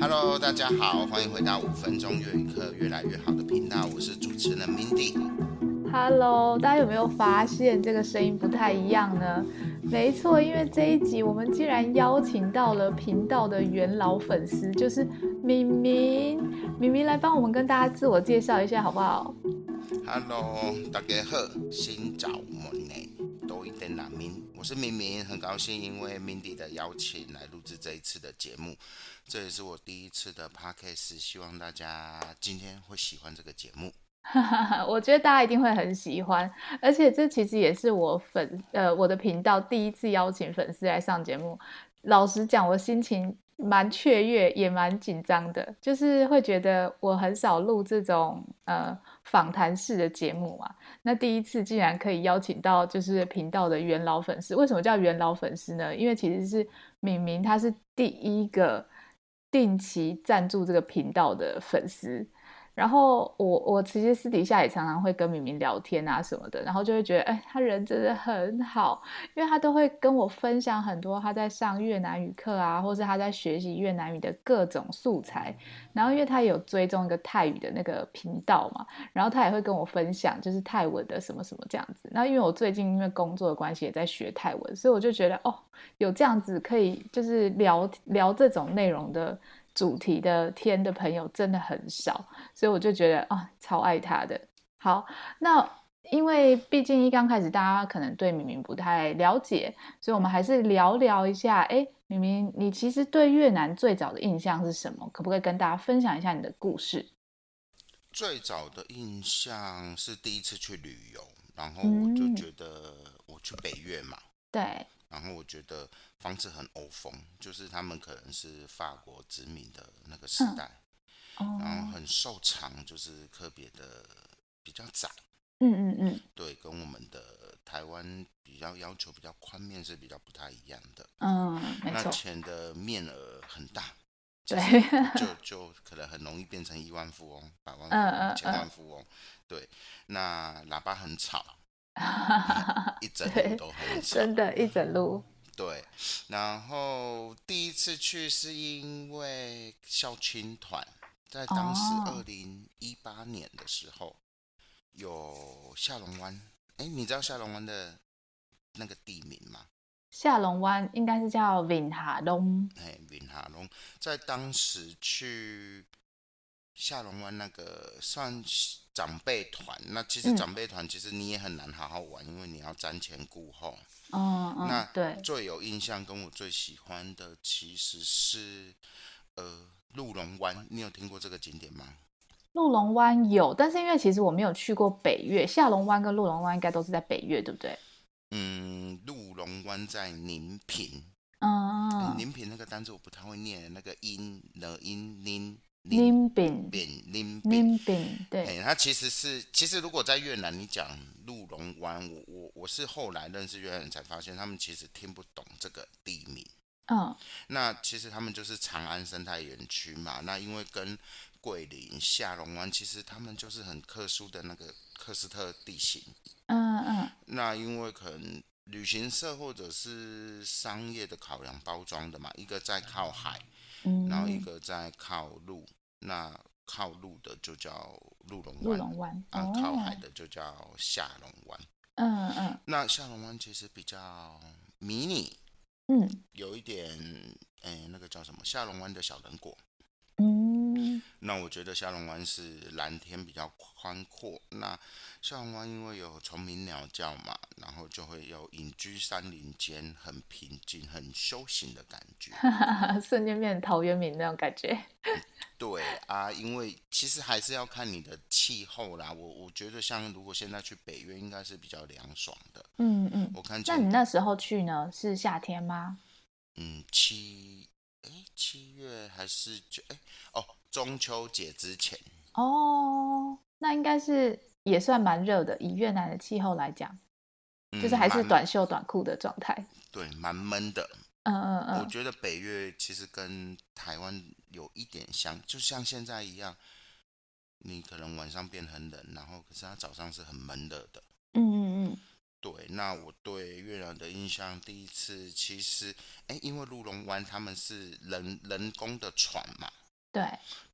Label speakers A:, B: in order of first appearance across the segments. A: Hello，大家好，欢迎回到五分钟粤语课越来越好的频道，我是主持人 Mindy。
B: Hello，大家有没有发现这个声音不太一样呢？没错，因为这一集我们竟然邀请到了频道的元老粉丝，就是敏敏，敏敏来帮我们跟大家自我介绍一下好不好？
A: Hello，大家好，新找我呢，多一点难明，我是明明，很高兴因为 Mindy 的邀请来录制这一次的节目，这也是我第一次的 Podcast，希望大家今天会喜欢这个节目。
B: 我觉得大家一定会很喜欢，而且这其实也是我粉呃我的频道第一次邀请粉丝来上节目。老实讲，我心情蛮雀跃，也蛮紧张的，就是会觉得我很少录这种呃访谈式的节目嘛。那第一次竟然可以邀请到就是频道的元老粉丝，为什么叫元老粉丝呢？因为其实是敏敏，他是第一个定期赞助这个频道的粉丝。然后我我其实私底下也常常会跟敏敏聊天啊什么的，然后就会觉得，哎，他人真的很好，因为他都会跟我分享很多他在上越南语课啊，或是他在学习越南语的各种素材。然后因为他有追踪一个泰语的那个频道嘛，然后他也会跟我分享就是泰文的什么什么这样子。那因为我最近因为工作的关系也在学泰文，所以我就觉得哦，有这样子可以就是聊聊这种内容的。主题的天的朋友真的很少，所以我就觉得啊、超爱他的。好，那因为毕竟一刚开始大家可能对明明不太了解，所以我们还是聊聊一下。哎，明明，你其实对越南最早的印象是什么？可不可以跟大家分享一下你的故事？
A: 最早的印象是第一次去旅游，然后我就觉得我去北越嘛，
B: 对，
A: 然后我觉得房子很欧风，就是他们可能是法国殖民的那个时代，
B: 嗯哦，
A: 然后很瘦长，就是特别的比较窄，
B: 嗯嗯嗯
A: 对，跟我们的台湾比较要求比较宽面是比较不太一样的。
B: 嗯，没
A: 那
B: 错，
A: 钱的面额很大，
B: 对，
A: 就就可能很容易变成亿万富翁、百万富
B: 嗯嗯
A: 翁、
B: 嗯
A: 千万富翁。对，那喇叭很 吵，一整
B: 对
A: 路都很吵。
B: 真的，一整路，
A: 对，然后第一次去是因为校青团，在当时二
B: 哦
A: 零一八年的时候，有下龙湾。哎，你知道下龙湾的那个地名吗？
B: 下龙湾应该是叫 Vin Hà Đông，
A: 哎，云哈龙在当时去下龙湾那个算是长辈团，那其实
B: 嗯
A: 长辈团其实你也很难好好玩，因为你要瞻前顾后。
B: 嗯嗯，
A: 那
B: 对，
A: 最有印象跟我最喜欢的其实是呃鹿龙湾，你有听过这个景点吗？
B: 鹿龙湾有，但是因为其实我没有去过北越，下龙湾跟鹿龙湾应该都是在北越，对不对？
A: 嗯，鹿龙湾在宁平，
B: 嗯，
A: 宁平那个单字我不太会念，那个音呢音宁宁
B: 宁饼，
A: 平宁平。
B: 宁饼，对，
A: 哎、它其实是，其实如果在越南，你讲鹿龙湾，我我我是后来认识越南人才发现，他们其实听不懂这个地名。
B: 嗯
A: 那其实他们就是长安生态园区嘛，那因为跟桂林、下龙湾，其实他们就是很特殊的那个克斯特地形。
B: 嗯嗯，
A: 那因为可能旅行社或者是商业的考量包装的嘛，一个在靠海，
B: 嗯，
A: 然后一个在靠陆，那靠陆的就叫鹿龙
B: 鹿
A: 湾。
B: 龙湾，
A: 啊，靠海
B: 哦，
A: 的就叫下龙湾。
B: 嗯嗯
A: 那下龙湾其实比较迷你，
B: 嗯
A: 有一点，哎、那个叫什么？下龙湾的小人国。
B: 嗯
A: 那我觉得下龙湾是蓝天比较宽阔，那下龙湾因为有虫鸣鸟叫嘛，然后就会有隐居山林间，很平静、很修行的感 觉。
B: 嗯，瞬间变成陶渊明那种感觉，
A: 对啊，因为其实还是要看你的气候啦。我我觉得像如果现在去北约，应该是比较凉爽的。
B: 嗯嗯。
A: 我看
B: 那
A: 见
B: 你那时候去呢？是夏天吗？
A: 嗯，七哎七月还是九哎哦，中秋节之前，
B: 哦，那应该是也算蛮热的，以越南的气候来讲，
A: 嗯
B: 就是还是
A: 蛮
B: 短袖短裤的状态。
A: 对蛮闷的。
B: 嗯嗯
A: 我
B: 嗯，
A: 觉得北越其实跟台湾有一点像，就像现在一样，你可能晚上变很冷，然后可是它早上是很闷热的。
B: 嗯嗯嗯，
A: 对，那我对越南的印象，第一次其实哎，因为鹿龙湾他们是人人工的船嘛，
B: 对，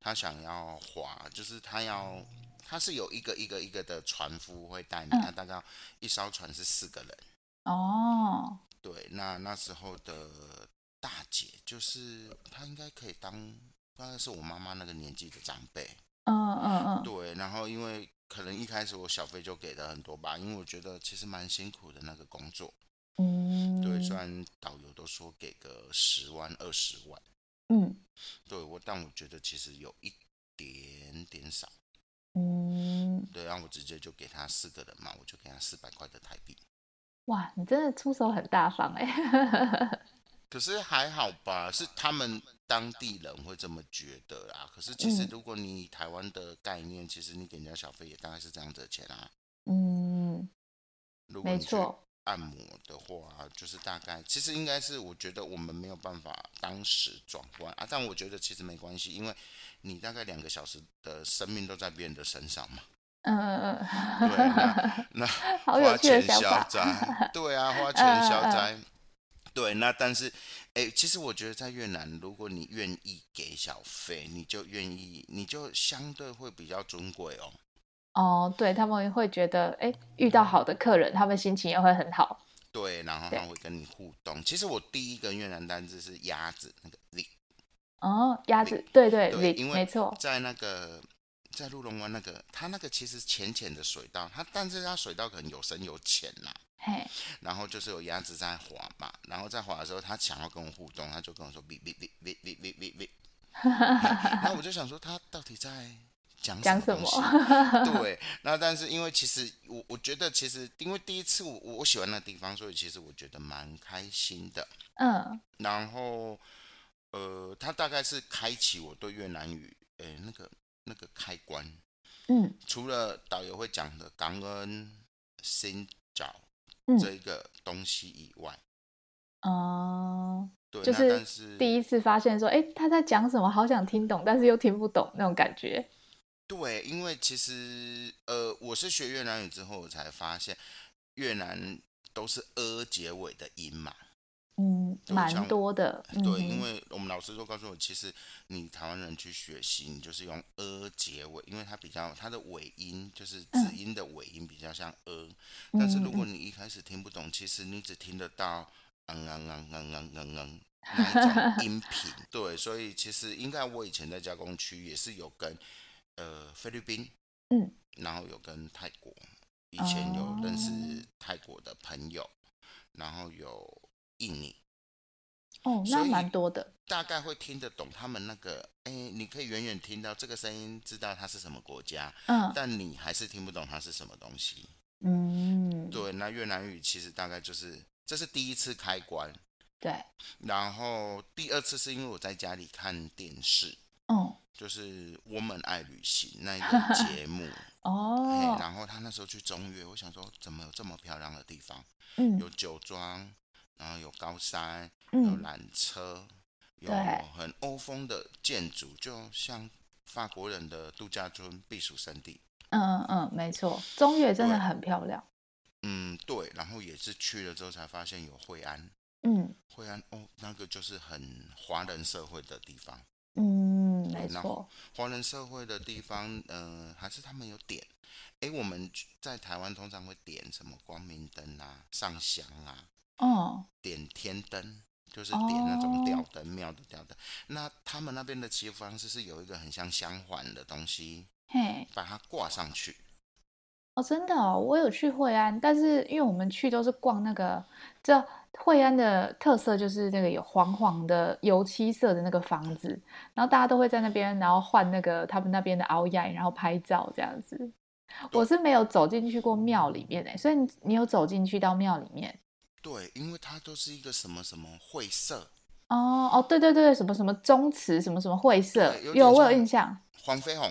A: 他想要滑，就是他要，他是有一个一个一个的船夫会带你，啊
B: 嗯
A: 他大概一艘船是四个人。
B: 哦，
A: 对，那那时候的大姐就是她应该可以当，大概是我妈妈那个年纪的长辈。
B: 嗯嗯嗯，
A: 对，然后因为可能一开始我小费就给的很多吧，因为我觉得其实蛮辛苦的那个工作。
B: 嗯，
A: 对，虽然导游都说给个十万二十万，
B: 嗯
A: 对我，但我觉得其实有一点点少。
B: 嗯，
A: 对，然后我直接就给他四个人嘛，我就给他四百块的台币。
B: 哇，你真的出手很大方哎、
A: 可是还好吧，是他们当地人会这么觉得啦。可是其实
B: 嗯
A: 如果你以台湾的概念，其实你给人家小费也大概是这样子的钱啊。
B: 嗯，
A: 如果
B: 没
A: 你去
B: 错，
A: 按摩的话，就是大概其实应该是我觉得我们没有办法当时转换啊，但我觉得其实没关系，因为你大概两个小时的生命都在别人的身上嘛。
B: 嗯嗯
A: 对，啊
B: 嗯，
A: 那那
B: 好
A: 花
B: 有趣的
A: 钱
B: 想
A: 消
B: 法，嗯
A: 灾，对啊，花钱消灾。对，那但是，哎、其实我觉得在越南，如果你愿意给小费，你就愿意，你就相对会比较尊贵哦。
B: 哦，对他们会觉得，哎，遇到好的客人，他们心情也会很好。
A: 对，然后
B: 对
A: 他会跟你互动。其实我第一个越南单字是鸭子，那个 l
B: 哦，鸭子，对对
A: 对，
B: 里
A: 因
B: 没
A: 为
B: 错，
A: 在那个在鹿龙湾那个，它那个其实浅浅的水道，它但是它水道可能有深有浅啦、
B: 嘿，
A: 然后就是有鸭子在滑嘛，然后在滑的时候，它想要跟我互动，它就跟我说哔哔哔哔哔哔哔 哔，然后我就想说它到底在讲
B: 讲
A: 什
B: 什
A: 么
B: 么
A: 东西？ 对，那但是因为其实我我觉得其实因为第一次我我我喜欢那地方，所以其实我觉得蛮开心的。
B: 嗯，
A: 然后呃，它大概是开启我对越南语诶那个那个开关，
B: 嗯
A: 除了导游会讲的感恩、心找
B: 嗯
A: 这一个东西以外。
B: 嗯，
A: 对，
B: 就
A: 那
B: 是
A: 但是
B: 第一次发现说，哎，他在讲什么，好想听懂，但是又听不懂那种感觉。
A: 对，因为其实呃，我是学越南语之后，我才发现越南都是呃结尾的音嘛。
B: 嗯，
A: 就像
B: 蛮多的。
A: 对，因
B: 嗯
A: 为我们老师都告诉我，其实你台湾人去学习，你就是用呃结尾，因为它比较它的尾音就是子音的尾音比较像呃，但是如果你一开始听不懂，其实你只听得到嗯嗯嗯嗯嗯嗯嗯。那一种音频，对，所以其实应该我以前在加工区也是有跟呃菲律宾，
B: 嗯，
A: 然后有跟泰国，以前有认识泰国的朋友，然后有印尼，
B: 哦，
A: 所
B: 那
A: 以
B: 蛮多的。
A: 大概会听得懂他们那个，哎、你可以远远听到这个声音，知道它是什么国家，
B: 嗯
A: 但你还是听不懂它是什么东西。
B: 嗯，
A: 对，那越南语其实大概就是，这是第一次开关，
B: 对，
A: 然后第二次是因为我在家里看电视，
B: 嗯，
A: 就是《我们爱旅行》那一个节目，嘿
B: 哦，
A: 然后他那时候去中越，我想说怎么有这么漂亮的地方，
B: 嗯
A: 有酒庄，然后有高山，有
B: 嗯，
A: 缆车，有
B: 对
A: 很欧风的建筑，就像法国人的度假村避暑胜地。
B: 嗯嗯嗯，没错，中越真的
A: 对
B: 很漂亮。
A: 嗯，对。然后也是去了之后才发现有惠安，
B: 嗯
A: 惠安哦，那个就是很华人社会的地方。
B: 嗯，没
A: 然后
B: 错。
A: 华人社会的地方，呃，还是他们有点。诶，我们在台湾通常会点什么光明灯啊、上香啊，
B: 哦，
A: 点天灯，就是点那种吊灯、庙的吊灯。
B: 哦
A: 那他们那边的祈福方式是有一个很像香环的东西，
B: 嘿，
A: 把它挂上去。
B: 哦，真的哦，我有去惠安，但是因为我们去都是逛那个，这惠安的特色就是那个有黄黄的油漆色的那个房子，然后大家都会在那边，然后换那个他们那边的鳌雅，然后拍照这样子。我是没有走进去过庙里面欸诶，所以你你有走进去到庙里面？
A: 对，因为它都是一个什么什么会社，
B: 哦哦，对对对，什么什么宗祠，什么什么会社，
A: 对有点
B: 有我有
A: 像
B: 印象，
A: 黄飞 鸿，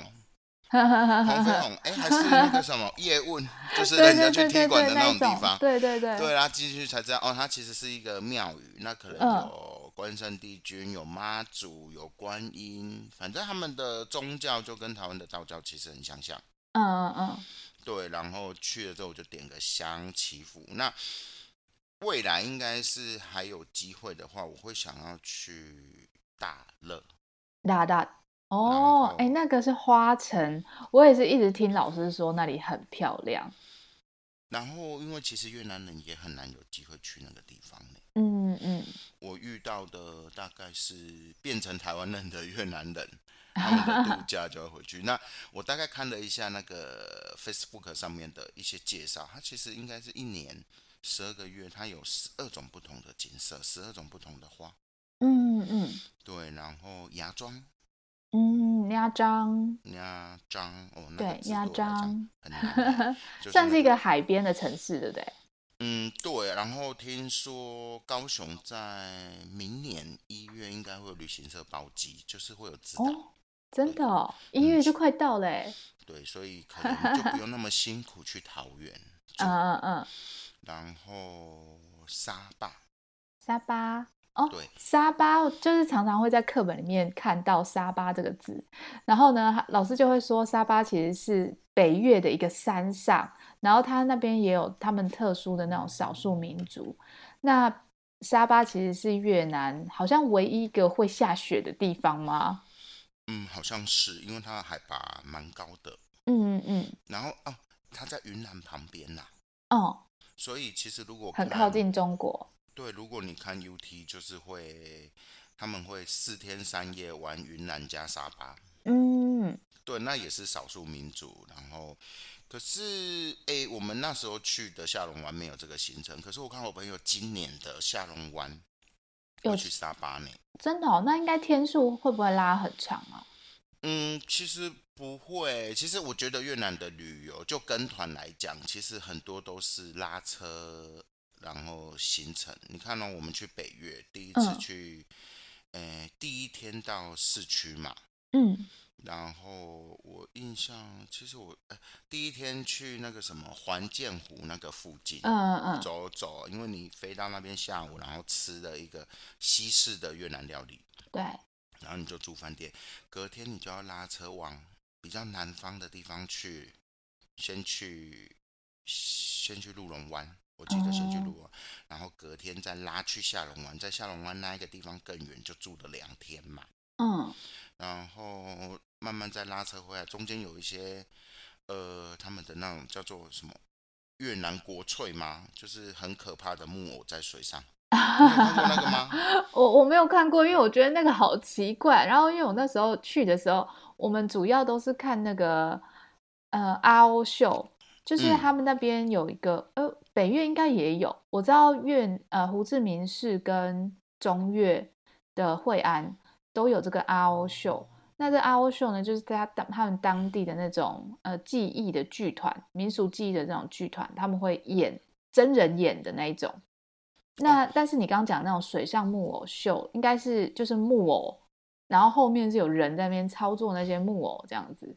B: 哈哈哈哈
A: 黄飞
B: 哈，
A: 鸿，哎诶，还是那个什 么叶问，就是
B: 对
A: 人
B: 对
A: 家去
B: 对
A: 踢
B: 对
A: 馆
B: 对，
A: 的
B: 那
A: 那
B: 一
A: 种地方。
B: 对对对，
A: 对啊啦，进去才知道哦，它其实是一个庙宇，那可能
B: 嗯
A: 有关圣帝君、有妈祖、有观音，反正他们的宗教就跟台湾的道教其实很相像。
B: 嗯嗯嗯，
A: 对，然后去了之后我就点个香祈福。那未来应该是还有机会的话，我会想要去大乐。
B: 大大哦，哎，那个是花城，我也是一直听老师说那里很漂亮。
A: 然后，因为其实越南人也很难有机会去那个地方呢。
B: 嗯嗯，
A: 我遇到的大概是变成台湾人的越南人，他们的度假就会回去。那我大概看了一下那个 Facebook 上面的一些介绍，它其实应该是一年十二个月，它有十二种不同的景色，十二种不同的花。
B: 嗯嗯
A: 对，然后芽庄、
B: 嗯，nha trang
A: 芽庄，哦，那
B: 对
A: 个字
B: nha
A: 对我来讲
B: trang
A: 很 难，就
B: 算
A: 那
B: 是一个海边的城市，对不对？
A: 嗯，对。然后听说高雄在明年一月应该会有旅行社包机，就是会有指导，
B: 哦，真的哦，一月就快到嘞。
A: 对，所以可能就不用那么辛苦去桃园。
B: 嗯嗯嗯，
A: 然后沙坝，
B: 沙巴哦
A: 对，
B: 沙巴就是常常会在课本里面看到沙巴这个字，然后呢，老师就会说沙巴其实是北越的一个山上，然后它那边也有他们特殊的那种少数民族。那沙巴其实是越南好像唯一一个会下雪的地方吗？
A: 嗯，好像是因为它的海拔蛮高的。
B: 嗯嗯
A: 然后哦，它在云南旁边呐、
B: 嗯，哦，
A: 所以其实如果
B: 很
A: 看
B: 靠近中国。
A: 对，如果你看 UT，就是会他们会四天三夜玩云南加沙巴，
B: 嗯
A: 对，那也是少数民族。然后，可是诶，我们那时候去的下龙湾没有这个行程，可是我看我朋友今年的下龙湾
B: 有
A: 会去沙巴呢。
B: 真的哦，那应该天数会不会拉很长啊？
A: 嗯，其实不会。其实我觉得越南的旅游，就跟团来讲，其实很多都是拉车，然后行程。你看哦，我们去北越，第一次
B: 嗯
A: 去，呃，第一天到市区嘛，
B: 嗯
A: 然后我印象，其实我、呃、第一天去那个什么环建湖那个附近。
B: 嗯嗯
A: 走走，因为你飞到那边下午，然后吃了一个西式的越南料理，
B: 嗯，对，
A: 然后你就住饭店，隔天你就要拉车往比较南方的地方去，先去先去鹿龙湾，我记得先去鹿龙湾，然后隔天再拉去下龙湾，在下龙湾那一个地方更远，就住了两天嘛，
B: 嗯
A: 然后慢慢再拉车回来，中间有一些呃他们的那种叫做什么越南国粹吗？就是很可怕的木偶在水上，你有看过那个吗？
B: 我我没有看过，因为我觉得那个好奇怪。然后因为我那时候去的时候，我们主要都是看那个呃阿欧秀，就是
A: 嗯
B: 他们那边有一个、呃北越应该也有，我知道越呃胡志明市跟中越的惠安都有这个阿欧秀。那这阿欧秀呢，就是他当他们当地的那种呃技艺的剧团、民俗技艺的这种剧团，他们会演真人演的那一种。那但是你刚刚讲那种水上木偶秀，应该是就是木偶，然后后面是有人在那边操作那些木偶这样子。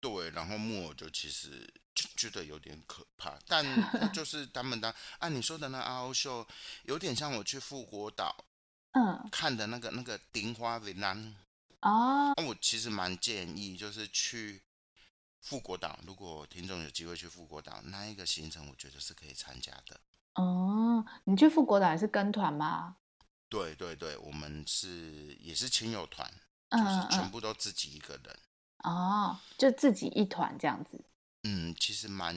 A: 对，然后木偶就其实就觉得有点可怕，但那 就是他们的按你说的那阿欧秀，有点像我去富国岛
B: 嗯
A: 看的那个那个顶花维兰。
B: 啊，
A: 那我其实蛮建议，就是去富国岛，如果听众有机会去富国岛，那一个行程我觉得是可以参加的。
B: 哦，你去富国岛也是跟团吗？
A: 对对对，我们是也是亲友团，就
B: 嗯
A: 是全
B: 嗯
A: 部都自己一个人。
B: 嗯，哦，就自己一团这样子。
A: 嗯，其实蛮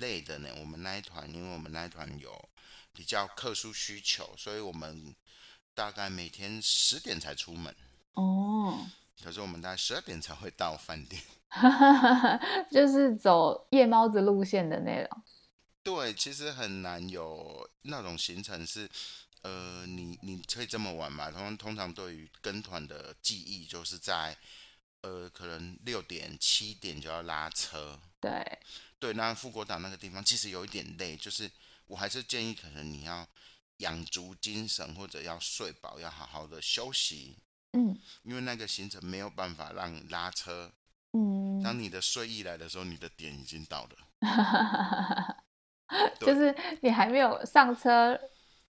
A: 累的呢。我们那一团，因为我们那一团有比较特殊需求，所以我们大概每天十点才出门，
B: 哦，
A: 可是我们大概十二点才会到饭店。
B: 哦 就是走夜猫子路线的那种。
A: 对，其实很难有那种行程是，呃，你你可以这么玩嘛？通通常对于跟团的记忆，就是在呃，可能六点七点就要拉车。
B: 对，
A: 对，那富国岛那个地方其实有一点累，就是我还是建议，可能你要养足精神，或者要睡饱，要好好的休息，
B: 嗯
A: 因为那个行程没有办法让你拉车。
B: 嗯，
A: 当你的睡意来的时候，你的点已经到了。对
B: 就是你还没有上车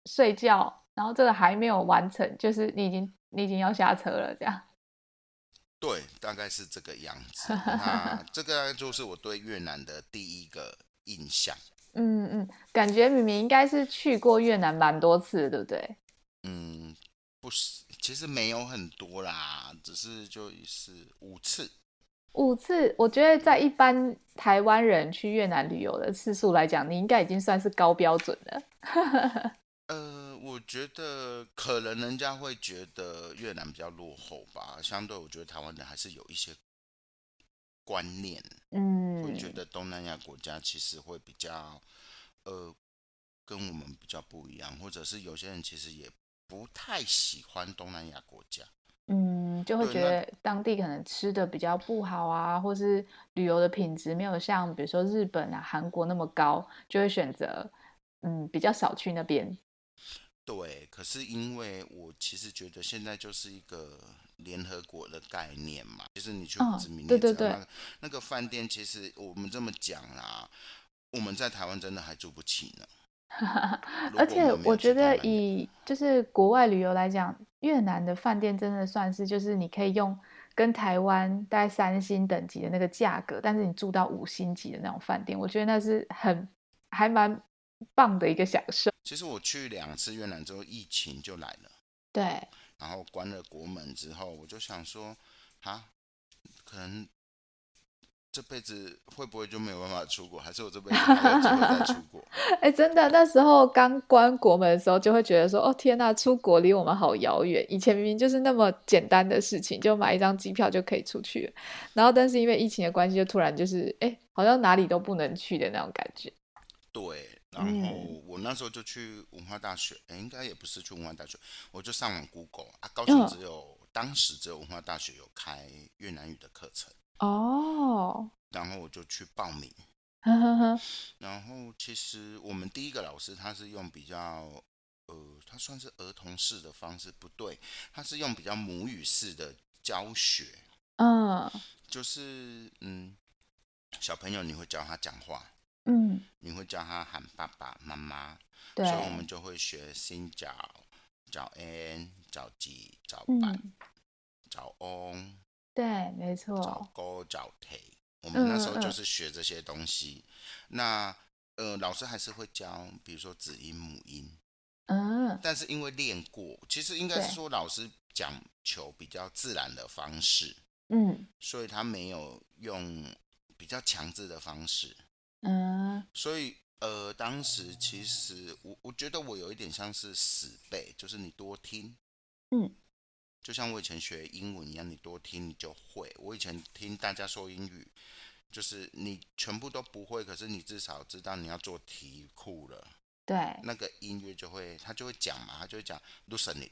B: 睡觉，然后这个还没有完成，就是你已经你已经要下车了，这样。
A: 对，大概是这个样子。那这个就是我对越南的第一个印象。
B: 嗯嗯，感觉明明应该是去过越南蛮多次的，对不对？
A: 嗯，不是，其实没有很多啦，只是就是五次。
B: 五次，我觉得在一般台湾人去越南旅游的次数来讲，你应该已经算是高标准了。
A: 呃，我觉得可能人家会觉得越南比较落后吧，相对我觉得台湾人还是有一些观念，会
B: 嗯，
A: 觉得东南亚国家其实会比较呃跟我们比较不一样，或者是有些人其实也不太喜欢东南亚国家。
B: 嗯，就会
A: 对
B: 觉
A: 那
B: 得当地可能吃的比较不好啊，或是旅游的品质没有像比如说日本啊、韩国那么高，就会选择嗯比较少去那边。
A: 对，可是因为我其实觉得现在就是一个联合国的概念嘛，就是你去
B: 嗯
A: 殖民
B: 对
A: 地，
B: 对
A: 知道
B: 对
A: 那个那个饭店，其实我们这么讲啦，我们在台湾真的还住不起呢。如 果
B: 而且
A: 们没有
B: 我觉
A: 去东
B: 得
A: 南亚
B: 以就是国外旅游来讲，越南的饭店真的算是就是你可以用跟台湾大概三星等级的那个价格，但是你住到五星级的那种饭店，我觉得那是很还蛮棒的一个享受。
A: 其实我去两次越南之后，疫情就来了，
B: 对，
A: 然后关了国门之后，我就想说，啊，可能这辈子会不会就没有办法出国，还是我这辈子还有机会再出国？
B: 哎，真的，那时候刚关国门的时候，就会觉得说，哦天呐，出国离我们好遥远。以前明明就是那么简单的事情，就买一张机票就可以出去了，然后但是因为疫情的关系，就突然就是，哎，好像哪里都不能去的那种感觉。
A: 对，然后我那时候就去文化大学，诶应该也不是去文化大学，我就上网 Google 啊，高雄
B: 嗯
A: 只有、当时只有文化大学有开越南语的课程，
B: 哦，
A: 然后我就去报名。
B: 呵呵呵，
A: 然后其实我们第一个老师他是用比较呃，他算是儿童式的方式，不对，他是用比较母语式的教学，
B: 嗯
A: 就是嗯，小朋友你会教他讲话，
B: 嗯，
A: 你会教他喊爸爸妈妈，
B: 对，
A: 所以我们就会学新角、角 n、角几、角板、
B: 嗯，
A: 角 on、
B: 对，没
A: 找
B: 错，
A: 勾找腿，我们那时候
B: 哦嗯嗯
A: 就
B: 嗯
A: 是学这些东西。那呃，老师还是会教，比如说子音、母音，
B: 嗯
A: 但是因为练过，其实应该是
B: 对
A: 说老师讲求比较自然的方式，
B: 嗯
A: 所以他没有用比较强制的方式，
B: 嗯，
A: 所以。呃，当时其实我我觉得我有一点像是死背，就是你多听，
B: 嗯，
A: 就像我以前学英文一样，你多听你就会。我以前听大家说英语，就是你全部都不会，可是你至少知道你要做题库了。
B: 对，
A: 那个音乐就会，他就会讲嘛，他就会讲 listening，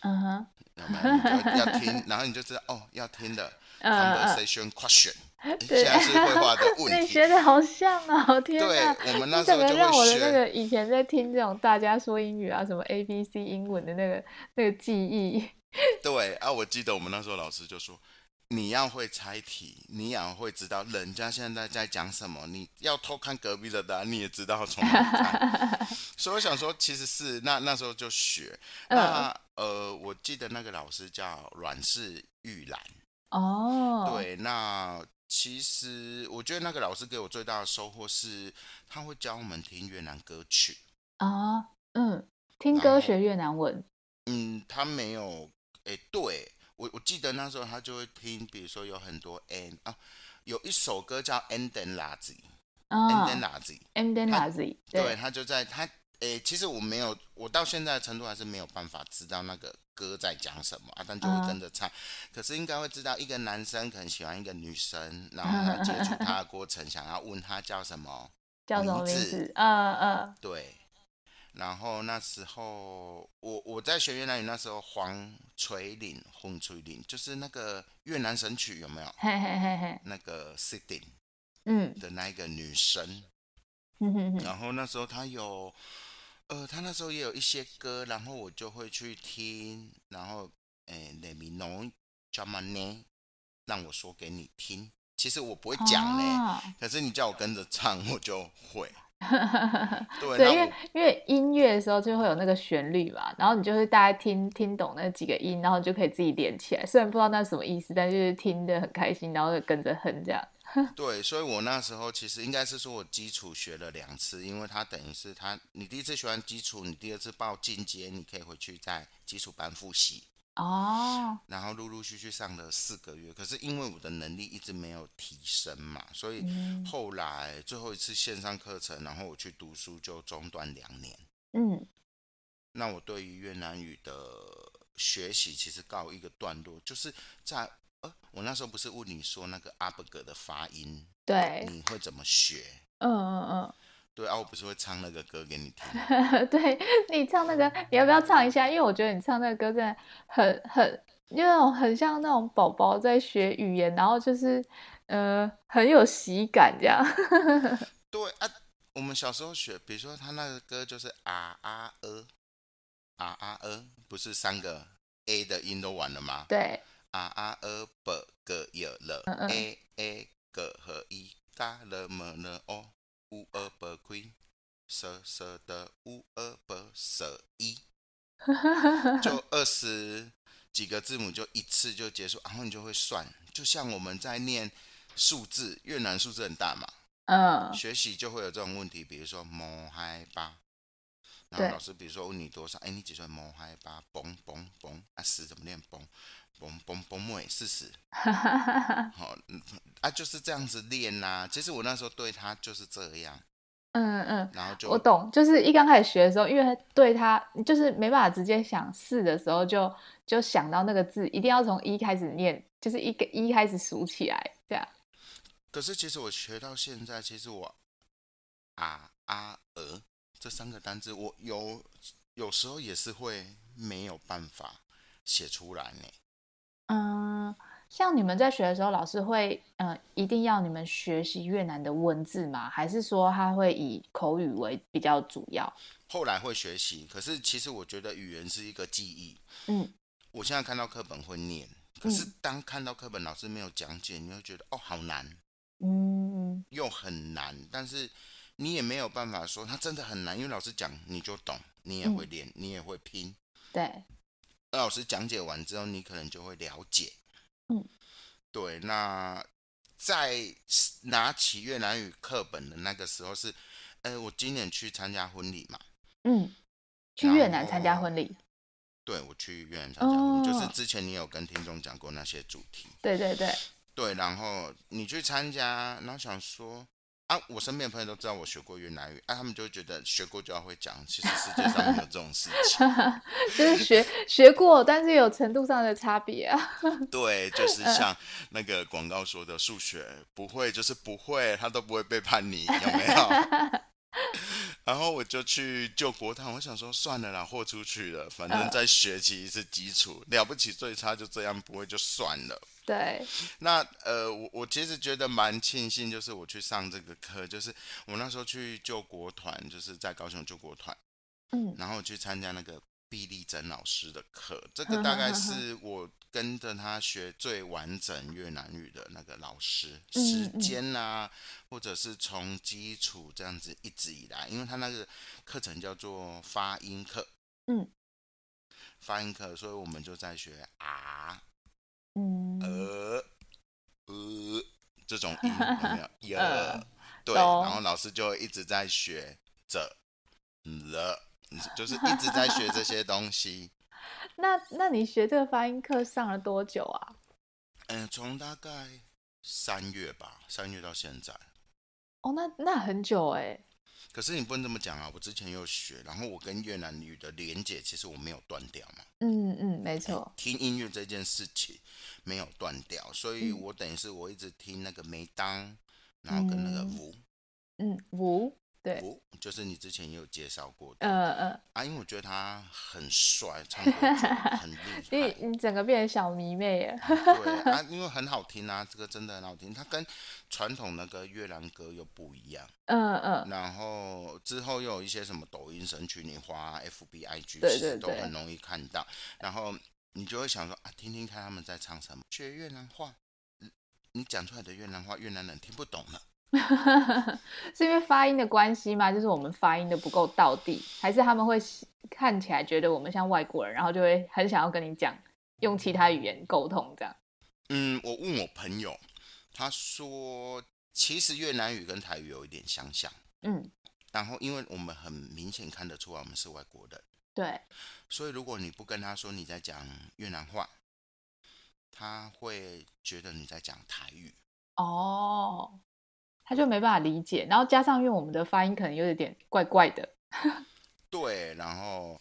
B: 嗯哼，
A: 有没有？你就会要 听，然后你就知道哦，要听的
B: 嗯嗯，
A: conversation question，诶
B: 对
A: 现在是绘画的 问
B: 你
A: 题
B: 学。的好像哦，天
A: 对
B: 哪！
A: 我们那
B: 你
A: 时
B: 怎
A: 候
B: 么
A: 就
B: 让我
A: 会学，
B: 的那个以前在听这种大家说英语啊，什么 A B C 英文的那个那个记忆？
A: 对啊，我记得我们那时候老师就说，你要会猜题，你也要会知道人家现在在讲什么，你要偷看隔壁的答案，你也知道从哪里看。所以我想说，其实是那那时候就学。那、呃，我记得那个老师叫阮氏玉兰，
B: 哦，
A: 对，那。其实我觉得那个老师给我最大的收获是，他会教我们听越南歌曲。
B: 啊，嗯，听
A: 然
B: 歌
A: 后
B: 学越南文，
A: 嗯，他没有，诶，对我我记得那时候他就会听，比如说有很多 N 啊，有一首歌叫《Anden l a z i a n d e n l
B: 啊
A: a z i
B: ，M D
A: 他
B: N Z，
A: 对
B: 对，
A: 他就在他诶，其实我没有，我到现在的程度还是没有办法知道那个歌在讲什么啊，但就会跟着唱。可是应该会知道，一个男生可能喜欢一个女生，然后他接触她的过程，想要问她叫什么，
B: 叫什么
A: 名
B: 名
A: 字
B: 字？嗯嗯，
A: 对。然后那时候我我在学越南语，那时候黄垂岭、红垂岭就是那个越南神曲有没有？
B: 嘿嘿嘿嘿，
A: 那个 Sitting
B: 嗯
A: 的那一个女神，
B: 嗯哼哼，
A: 然后那时候她有，呃，她那时候也有一些歌，然后我就会去听，然后诶，Let me know j a m a n e 让我说给你听。其实我不会讲嘞，
B: 啊。
A: 可是你叫我跟着唱，我就会。 对，
B: 对，
A: 那
B: 因为
A: 我
B: 因为音乐的时候就会有那个旋律嘛，然后你就是大概听听懂那几个音，然后你就可以自己连起来。虽然不知道那是什么意思，但就是听得很开心，然后就跟着哼这样。
A: 对，所以我那时候其实应该是说我基础学了两次，因为它等于是它，你第一次学完基础，你第二次报进阶，你可以回去在基础班复习。
B: 哦，
A: 然后陆陆续续上了四个月，可是因为我的能力一直没有提升嘛，所以
B: 嗯
A: 后来最后一次线上课程，然后我去读书就中断两年。
B: 嗯
A: 那我对于越南语的学习其实告一个段落，就是在呃，我那时候不是问你说那个阿伯格的发音，
B: 对，
A: 你会怎么学？
B: 嗯嗯
A: 对啊，我不是会唱那个歌给你听。
B: 嗯，对你唱那个，你要不要唱一下？因为我觉得你唱那个歌真的很很，因为那种很像那种宝宝在学语言，然后就是呃很有喜感这样。
A: 对啊，我们小时候学，比如说他那个歌就是啊啊呃，啊啊呃，不是三个 A 的音都完了吗？
B: 对，
A: 啊啊呃不个有了 A A 个和一嘎了么了哦，五二不亏，蛇蛇的五二不蛇一，就二十几个字母就一次就结束，然后你就会算，就像我们在念数字，越南数字很大嘛，
B: 嗯
A: 学习就会有这种问题，比如说摸嗨吧，然
B: 对
A: 后老师比如说问你多少，哎，你几岁？摸嗨吧，嘣嘣嘣，啊十怎么念嘣？嘣嘣嘣妹四十，好、嗯啊就是这样子练呐、其实我那时候对他就是这样，
B: 嗯嗯，
A: 然后就
B: 我懂，就是一刚开始学的时候，因为对它就是没办法直接想试的时候就，就想到那个字，一定要从一开始念，就是一个一开始数起来，这样。
A: 可是其实我学到现在，其实我啊啊呃这三个单字，我有有时候也是会没有办法写出来呢。
B: 嗯，像你们在学的时候，老师会呃一定要你们学习越南的文字吗？还是说他会以口语为比较主要？
A: 后来会学习，可是其实我觉得语言是一个记忆。
B: 嗯，
A: 我现在看到课本会念，可是
B: 嗯
A: 当看到课本老师没有讲解，你会觉得哦好难，
B: 嗯，
A: 又很难，但是你也没有办法说它真的很难，因为老师讲你就懂，你也会练，你也会拼。
B: 对，
A: 那老师讲解完之后，你可能就会了解。
B: 嗯，
A: 对。那在拿起越南语课本的那个时候是，呃，我今年去参加婚礼嘛，
B: 嗯，去越南参加
A: 然后
B: 婚礼，
A: 对，我去越南参加婚礼，就是
B: 哦
A: 之前你有跟听众讲过那些主题，
B: 对对 对，
A: 对，然后你去参加，然后想说啊，我身边的朋友都知道我学过越南语，啊，他们就觉得学过就要会讲，其实世界上没有这种事情，
B: 就是学学过，但是有程度上的差别啊。
A: 对，就是像那个广告说的，数学不会就是不会，他都不会背叛你，有没有？ 然后我就去救国堂，我想说算了啦，豁出去了，反正再学习一次基础，了不起最差就这样，不会就算了。
B: 对，
A: 那呃，我我其实觉得蛮庆幸，就是我去上这个课，就是我那时候去救国团，就是在高雄救国团，
B: 嗯
A: 然后我去参加那个毕丽珍老师的课，这个大概是我跟着他学最完整越南语的那个老师，
B: 嗯
A: 时
B: 嗯
A: 间啊，或者是从基础这样子一直以来，因为他那个课程叫做发音课，
B: 嗯，
A: 发音课，所以我们就在学啊。
B: 嗯，
A: 呃呃这 种音有没有？呃
B: 嗯，
A: 对，
B: 懂
A: 然后老师就一直在学着嗯了，就是一直在学这些东西。
B: 那那你学这个发音课上了多久啊？
A: 嗯，从大概三月吧，三月到现在。
B: 哦，那那很久哎、
A: 可是你不能这么讲啊！我之前有学，然后我跟越南语的连接，其实我没有断掉嘛。
B: 嗯嗯，没错，
A: 听音乐这件事情没有断掉，所以
B: 嗯
A: 我等于是我一直听那个梅当，然后跟那个
B: 嗯
A: 舞
B: 嗯，五，对，
A: 舞，就是你之前也有介绍过的。
B: 呃呃，
A: 啊，因为我觉得他很帅，唱歌 很厉害，
B: 你你整个变成小迷妹耶，
A: 对啊，因为很好听啊，这个真的很好听。它跟传统那个越南歌又不一样，
B: 嗯嗯，
A: 然后之后又有一些什么抖音神曲，你花啊 FB、IG
B: 对
A: 其实
B: 对
A: 都
B: 对
A: 很容易看到，然后你就会想说啊，听听看他们在唱什么，学越南话，嗯你讲出来的越南话越南人听不懂了。
B: 嗯 是因为发音的关系吗？就是我们发音的不够到地，还是他们会喜看起来觉得我们像外国人，然后就会很想要跟你讲，用其他语言沟通这样？
A: 嗯，我问我朋友，他说其实越南语跟台语有一点相像。
B: 嗯
A: 然后因为我们很明显看得出来我们是外国人，
B: 对，
A: 所以如果你不跟他说你在讲越南话，他会觉得你在讲台语。
B: 哦，他就没办法理解，然后加上因为我们的发音可能有点怪怪的，
A: 对，然后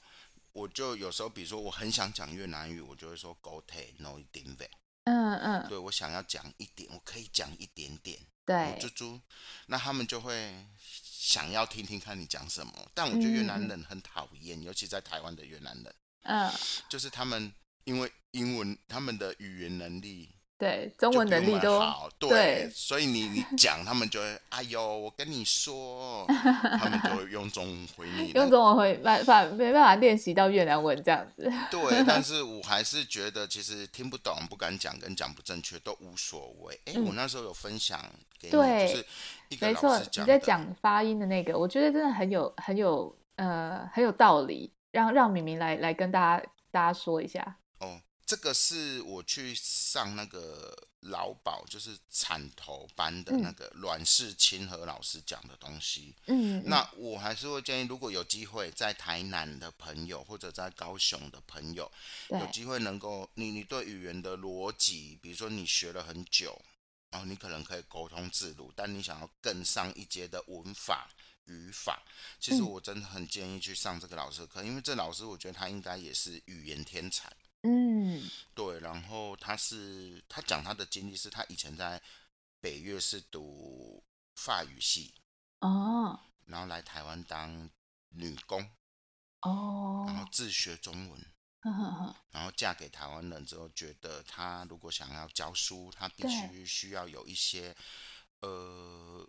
A: 我就有时候，比如说我很想讲越南语，我就会说 “go te no 一点呗”，
B: 嗯嗯，
A: 对我想要讲一点，我可以讲一点点。
B: 对，
A: 猪猪，那他们就会想要听听看你讲什么。但我觉得越南人很讨厌，尤其在台湾的越南人，
B: 嗯，
A: 就是他们因为英文，他们的语言能力
B: 对，中
A: 就
B: 文
A: 比
B: 能
A: 我
B: 力
A: 们
B: 都
A: 好， 对，
B: 对
A: 所以你 你讲，他们就会，哎呦，我跟你说，他们就会用中文 回你。
B: 用中文会办法没办法练习到越南文这样子，
A: 对，但是我还是觉得其实听不懂、不敢讲跟讲不正确都无所谓。哎、我那时候有分享给你，
B: 嗯对
A: 就是一个
B: 没
A: 老
B: 错
A: 师，
B: 你
A: 讲
B: 在
A: 的，
B: 讲发音的那个，我觉得真的很有很有呃很有道理，让让敏敏来来跟大家大家说一下，
A: 哦，这个是我去上那个劳保，就是产头班的那个阮氏清河老师讲的东西。
B: 嗯，
A: 那我还是会建议，如果有机会在台南的朋友，或者在高雄的朋友，
B: 对
A: 有机会能够你你对语言的逻辑，比如说你学了很久，然后你可能可以沟通自如，但你想要更上一阶的文法。语法，其实
B: 嗯
A: 我真的很建议去上这个老师的课，因为这老师我觉得他应该也是语言天才。
B: 嗯
A: 对，然后他是他讲他的经历是他以前在北越是读法语系，
B: 哦
A: 然后来台湾当女工，
B: 哦
A: 然后自学中文，
B: 呵呵呵
A: 然后嫁给台湾人之后，觉得她如果想要教书，她必须需要有一些呃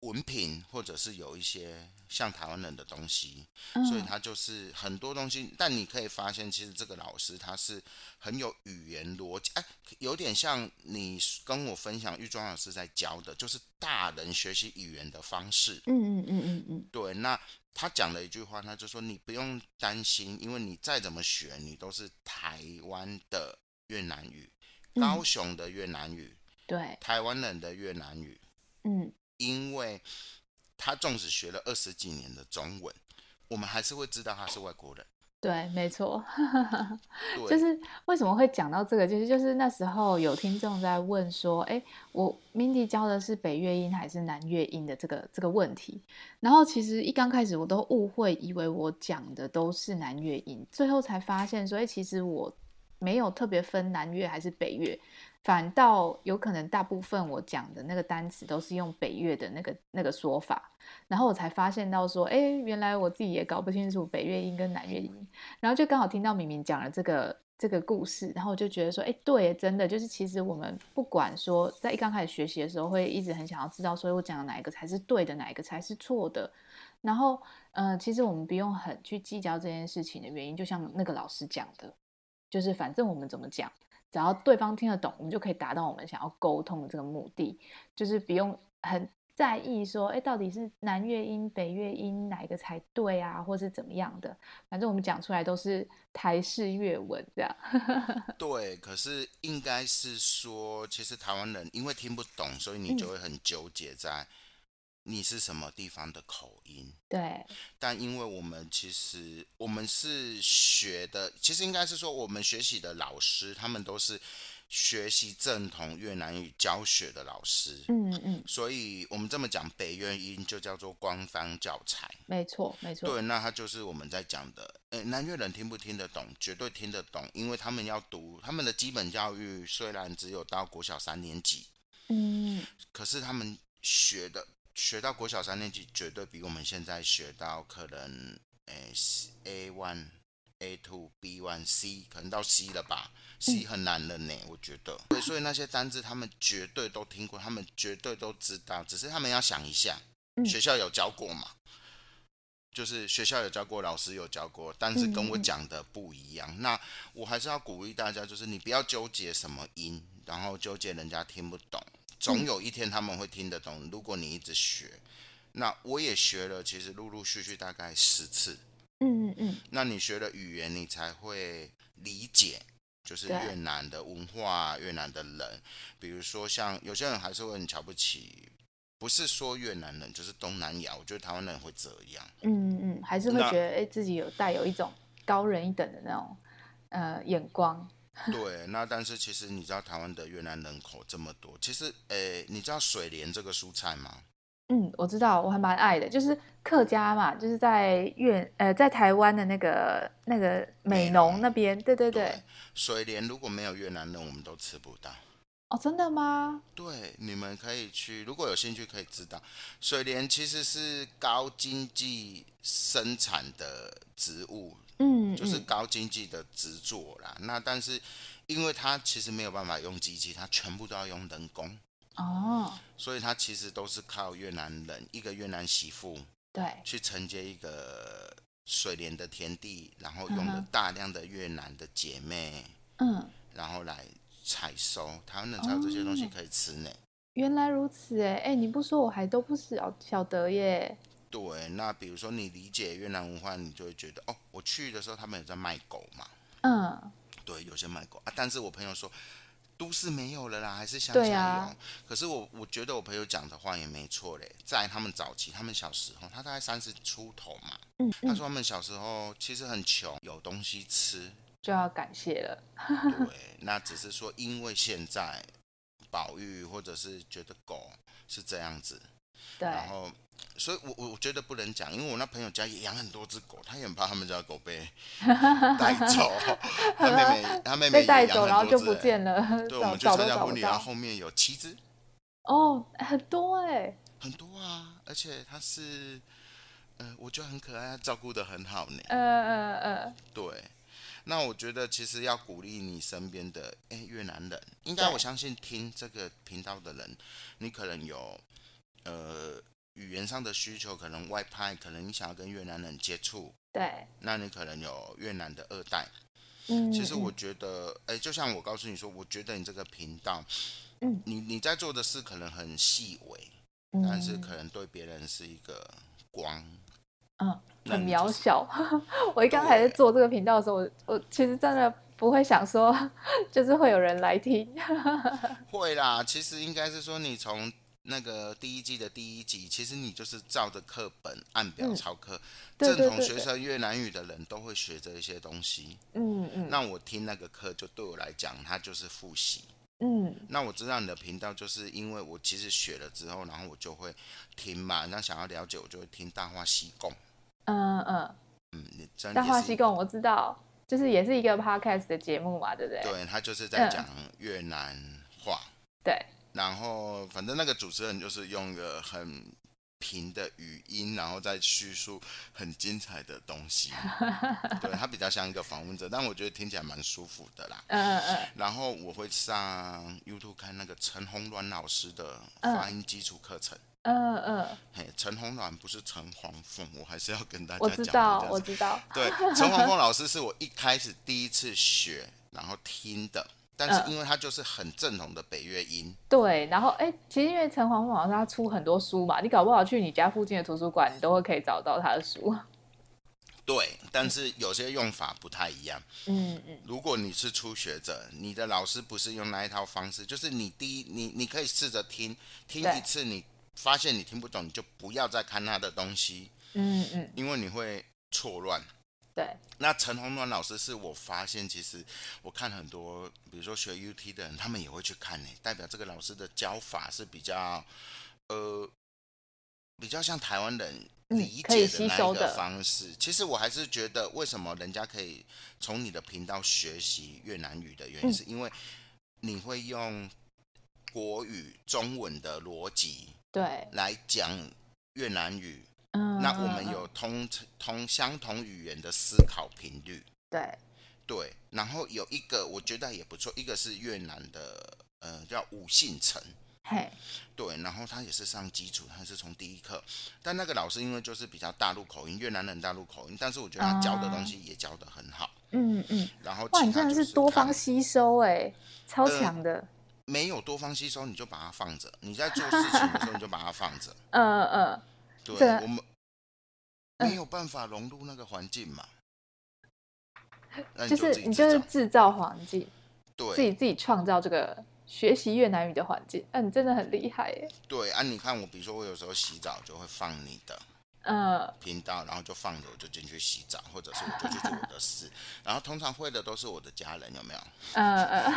A: 文凭，或者是有一些像台湾人的东西，所以
B: 嗯
A: 他就是很多东西，但你可以发现，其实这个老师他是很有语言逻辑，哎，有点像你跟我分享玉庄老师在教的，就是大人学习语言的方式。
B: 嗯嗯嗯嗯嗯，
A: 对，那他讲了一句话，他就说你不用担心，因为你再怎么学，你都是台湾的越南语、
B: 嗯
A: 高雄的越南语、
B: 对，
A: 台湾人的越南语，
B: 嗯
A: 因为他纵使学了二十几年的中文，我们还是会知道他是外国人。
B: 对，没错。
A: 对，
B: 就是为什么会讲到这个，就是就是那时候有听众在问说，哎，我 Mindy 教的是北乐音还是南乐音的这个这个问题，然后其实一刚开始我都误会，以为我讲的都是南乐音，最后才发现说，哎，其实我没有特别分南乐还是北乐，反倒有可能大部分我讲的那个单词都是用北乐的那个那个说法，然后我才发现到说，哎，原来我自己也搞不清楚北乐音跟南乐音。然后就刚好听到敏敏讲了这个这个故事，然后我就觉得说，哎，对耶，真的就是其实我们不管说在一刚开始学习的时候，会一直很想要知道，所以我讲的哪一个才是对的，哪一个才是错的。然后，呃，其实我们不用很去计较这件事情的原因，就像那个老师讲的，就是反正我们怎么讲，只要对方听得懂，我们就可以达到我们想要沟通的这个目的，就是不用很在意说，哎，到底是南乐音、北乐音哪一个才对啊，或是怎么样的。反正我们讲出来都是台式粤文这样。
A: 对，可是应该是说，其实台湾人因为听不懂，所以
B: 嗯
A: 你就会很纠结在你是什么地方的口音。
B: 对，
A: 但因为我们其实我们是学的，其实应该是说我们学习的老师，他们都是学习正统越南语教学的老师，
B: 嗯嗯，
A: 所以我们这么讲北越音就叫做官方教材。
B: 没错没错，
A: 对，那他就是我们在讲的，呃，南越人听不听得懂？绝对听得懂，因为他们要读他们的基本教育，虽然只有到国小三年级，
B: 嗯
A: 可是他们学的学到国小三年级，绝对比我们现在学到可能，诶，A one、A two、B one、C，可能到 C 了吧？C 很难了呢，我觉得。对，所以那些单字他们绝对都听过，他们绝对都知道，只是他们要想一下，
B: 嗯
A: 学校有教过嘛？就是学校有教过，老师有教过，但是跟我讲的不一样。那我还是要鼓励大家，就是你不要纠结什么音，然后纠结人家听不懂，总有一天他们会听得懂。如果你一直学，那我也学了，其实陆陆续续大概十次。
B: 嗯嗯嗯，
A: 那你学了语言，你才会理解，就是
B: 对
A: 越南的文化、越南的人。比如说像有些人还是会很瞧不起不是说越南人，就是东南亚，我觉得台湾人会这 样。
B: 嗯嗯，还是会
A: 那
B: 觉得哎、诶自己有带有一种高人一等的那种呃眼光。
A: 对，那但是其实你知道台湾的越南人口这么多，其实诶，你知道水莲这个蔬菜吗？
B: 嗯，我知道，我还蛮爱的，就是客家嘛，就是在越呃在台湾的那个那个美
A: 美
B: 浓
A: 浓
B: 那边，对对对。
A: 水莲如果没有越南人，我们都吃不到。
B: 哦，真的吗？
A: 对，你们可以去，如果有兴趣可以知道，水莲其实是高经济生产的植物，
B: 嗯，
A: 就是
B: 嗯
A: 高经济的植作啦。那但是因为它其实没有办法用机器，它全部都要用人工，
B: 哦，
A: 所以它其实都是靠越南人一个越南媳妇
B: 对，
A: 去承接一个水莲的田地，然后用
B: 嗯
A: 了
B: 哼
A: 大量的越南的姐妹，
B: 嗯，
A: 然后来采收。台湾人才有这些东西
B: 哦
A: 可以吃呢。
B: 原来如此，哎，哎，你不说我还都不是哦，晓得耶。
A: 对，那比如说你理解越南文化，你就会觉得哦，我去的时候他们有在卖狗嘛，
B: 嗯，
A: 对，有些卖狗啊。但是我朋友说，都市没有了啦，还是乡下
B: 对
A: 有。
B: 啊
A: 可是我我觉得我朋友讲的话也没错嘞，在他们早期，他们小时候，他大概三十出头嘛，
B: 嗯
A: 他
B: 嗯，
A: 说他们小时候其实很穷，有东西吃，
B: 就要感谢了。
A: 对，那只是说因为现在保育或者是觉得狗是这样子，
B: 对，
A: 然后，所以我我我觉得不能讲，因为我那朋友家也养很多只狗，他也很怕他们家的狗 被带走。他妹妹，他妹妹
B: 被
A: 也
B: 带
A: 养
B: 走，
A: 很
B: 然后
A: 多
B: 就
A: 只
B: 不
A: 欸
B: 见 了，
A: 对，我
B: 找
A: 们去
B: 找
A: 参
B: 都
A: 加
B: 找
A: 婚
B: 不
A: 礼，然后啊
B: 到。
A: 后面有七只，
B: 哦，很多哎，
A: 很多啊，而且它是，呃，我觉得很可爱，它照顾的很好呢。
B: 呃呃呃，
A: 对，那我觉得其实要鼓励你身边的哎越南人，应该
B: 对
A: 我相信听这个频道的人，你可能有呃语言上的需求，可能外派，可能你想要跟越南人接触，
B: 对，
A: 那你可能有越南的二代。
B: 嗯，
A: 其实我
B: 嗯
A: 觉得，哎、就像我告诉你说，我觉得你这个频道，
B: 嗯
A: 你你在做的事可能很细微，但是可能对别人是一个光。
B: 嗯，
A: 那
B: 很
A: 你
B: 渺
A: 就是
B: 小。 我一刚开始
A: 对
B: 做这个频道的时候，我我其实真的不会想说， 就是会有人来听。
A: 会啦，其实应该是说你从那个第一季的第一集，其实你就是照着课本按表
B: 嗯
A: 操课。
B: 对对
A: 正统
B: 对
A: 学
B: 对
A: 生越南语的人都会学这一些东西。
B: 嗯嗯
A: 那我听那个课，就对我来讲，它就是复习。
B: 嗯，
A: 那我知道你的频道，就是因为我其实学了之后，然后我就会听嘛。那想要了解，我就会听《大话西贡》。
B: 嗯嗯，
A: 嗯，你真
B: 大
A: 的
B: 话西贡我知道，就是也是一个 podcast 的节目嘛，对不对？
A: 对他就是在
B: 嗯
A: 讲越南话。
B: 对
A: 然后反正那个主持人就是用一个很平的语音，然后再叙述很精彩的东西。对他比较像一个访问者，但我觉得听起来蛮舒服的啦。
B: 嗯嗯嗯，
A: 然后我会上 YouTube 看那个陈红鸾老师的发音基础课程。
B: 嗯嗯，
A: 嘿，陈红鸾不是陈黄凤，我还是要跟大家
B: 我
A: 讲
B: 知
A: 一
B: 道
A: 下。
B: 我知道，
A: 对，陈黄凤老师是我一开始第一次学，然后听的，但
B: 嗯
A: 是因为他就是很正统的北越音，
B: 对。然后哎，其实因为陈黄凤老师他出很多书嘛，你搞不好去你家附近的图书馆，你都会可以找到他的书。
A: 对，但是有些用法不太一样。
B: 嗯嗯，
A: 如果你是初学者，你的老师不是用那一套方式，就是你第一，你你可以试着听，听
B: 对
A: 一次你发现你听不懂，你就不要再看他的东西，
B: 嗯嗯，
A: 因为你会错乱。
B: 对，
A: 那陈宏暖老师是我发现，其实我看很多，比如说学 UT 的人，他们也会去看呢、代表这个老师的教法是比较，呃，比较像台湾人
B: 嗯
A: 理
B: 可
A: 解
B: 以吸
A: 的那
B: 收
A: 一
B: 的
A: 个方式。其实我还是觉得，为什么人家可以从你的频道学习越南语的原因，
B: 嗯
A: 是因为你会用国语中文的逻辑
B: 对，
A: 来讲越南语，
B: 嗯。
A: 那我
B: 嗯
A: 们
B: 嗯
A: 有通通相同语言的思考频率。
B: 对，
A: 对，然后有一个我觉得也不错，一个是越南的，呃，叫五姓城，
B: 嘿，
A: 对，然后他也是上基础，他是从第一课，但那个老师因为就是比较大陆口音，越南人大陆口音，但是我觉得他教的东西也教的很好，
B: 嗯嗯，
A: 然后
B: 哇，
A: 其
B: 你真
A: 他
B: 的
A: 就是
B: 多
A: 看
B: 方吸收哎、超
A: 呃
B: 强的，
A: 没有多方吸收，你就把它放着，你在做事情的时候你就把它放着，
B: 嗯嗯，
A: 对
B: 这
A: 我们
B: 呃
A: 没有办法融入那个环境嘛，那
B: 就
A: 你就自
B: 是
A: 己
B: 你
A: 制
B: 就是
A: 造
B: 制造环境，自
A: 对
B: 己自己创造这个学习越南语的环境。嗯、你真的很厉害耶。
A: 对啊，你看我，比如说我有时候洗澡就会放你的
B: 嗯，
A: 频道，然后就放着我就进去洗澡，或者是我就去做我的事， 然后通常会的都是我的家人，有没有？
B: 呃呃，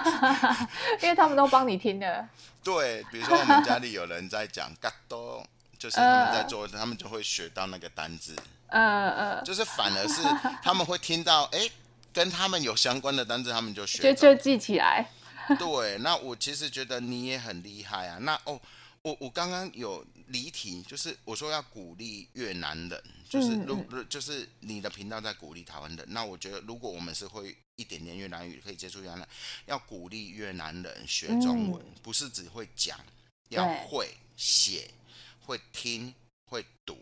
B: 因为他们都帮你听了，
A: 对，比如说我们家里有人在讲嘎多，就是他们在做，他们就会学到那个单字，
B: 呃呃，
A: 就是反而是他们会听到，哎、跟他们有相关的单字，他们就学
B: 就
A: 着。
B: 就记起来。
A: 对，那我其实觉得你也很厉害啊。那哦，我我刚刚有离题，就是我说要鼓励越南人，就是
B: 嗯
A: 如、如就是你的频道在鼓励台湾人。那我觉得如果我们是会一点点越南语，可以接触越南，要鼓励越南人学中文，不是只会讲，要
B: 嗯对
A: 会写、会听、会读。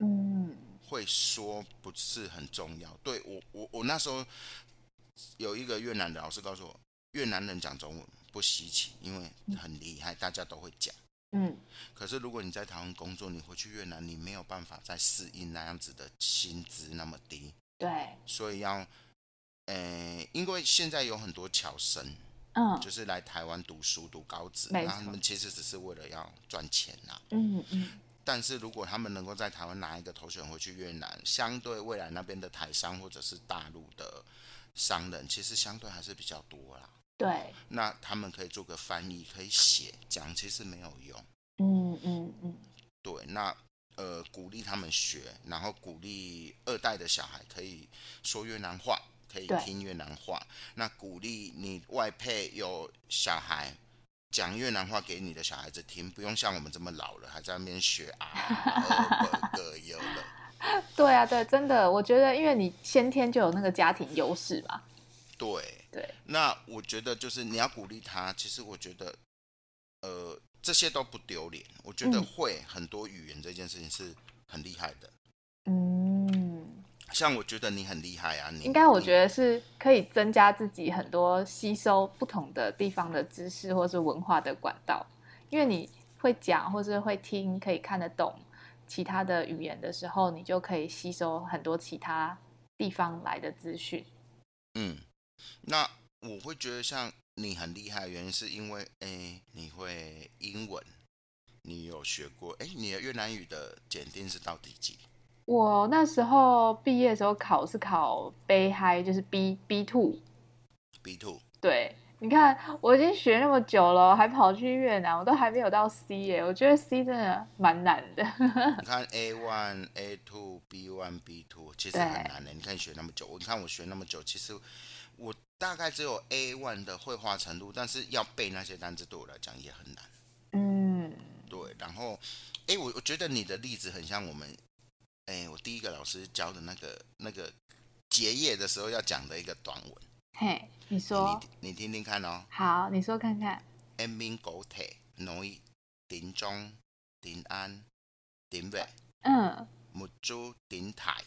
B: 嗯，
A: 会说不是很重要。对我，我我那时候有一个越南的老师告诉我，越南人讲中文不稀奇，因为很厉害，大家都会讲。
B: 嗯，
A: 可是如果你在台湾工作，你回去越南，你没有办法再适应那样子的薪资那么低，
B: 对，
A: 所以要，呃，因为现在有很多侨生，
B: 嗯
A: 就是来台湾读书、读高职，
B: 没
A: 然后他
B: 错
A: 们其实只是为了要赚钱啊啦、
B: 嗯嗯，
A: 但是如果他们能够在台湾拿一个头选回去越南，相对未来那边的台商或者是大陆的商人，其实相对还是比较多啦。
B: 对，
A: 那他们可以做个翻译，可以写讲，其实没有用。
B: 嗯嗯嗯，
A: 对，那呃鼓励他们学，然后鼓励二代的小孩可以说越南话，可以
B: 对
A: 听越南话。那鼓励你外配有小孩。讲越南话给你的小孩子听，不用像我们这么老了，还在那边学 啊，呃，各有了。
B: 对啊，对，真的，我觉得因为你先天就有那个家庭优势嘛，
A: 对，
B: 对，
A: 那我觉得就是你要鼓励他。其实我觉得，呃，这些都不丢脸。我觉得
B: 嗯
A: 会很多语言这件事情是很厉害的。
B: 嗯。
A: 像我觉得你很厉害啊，你
B: 应该我觉
A: 得
B: 得是可以增加自己很多吸收不同的地方的知识或是文化的管道，因为你会讲或是会听，可以看得懂其他的语言的时候，你就可以吸收很多其他地方来的资讯。
A: 嗯，那我会觉得像你很厉害，的原因是因为哎，你会英文，你有学过哎，你的越南语的检定是到第几？
B: 我那时候毕业的时候考是考 B High，就是 B B two，
A: B two，
B: 对。你看，我已经学那么久了，还跑去越南，我都还没有到 C 耶、我觉得 C 真的蛮难的。
A: 你看 A one、A two、B one、B two，其实
B: 对
A: 很难的。你看你学那么久，我你看我学那么久，其实我大概只有 A one 的绘画程度，但是要背那些单词对我来讲也很难。
B: 嗯，
A: 对，然后，哎，我我觉得你的例子很像我们，哎，我第一个老师教的那个那个结业的时候要讲的一个短文，
B: 嘿，你说
A: 你你你听听看哦。
B: 好，你说看看。
A: 安民狗体，noi 顶中顶安顶尾
B: 嗯，
A: 木珠顶台。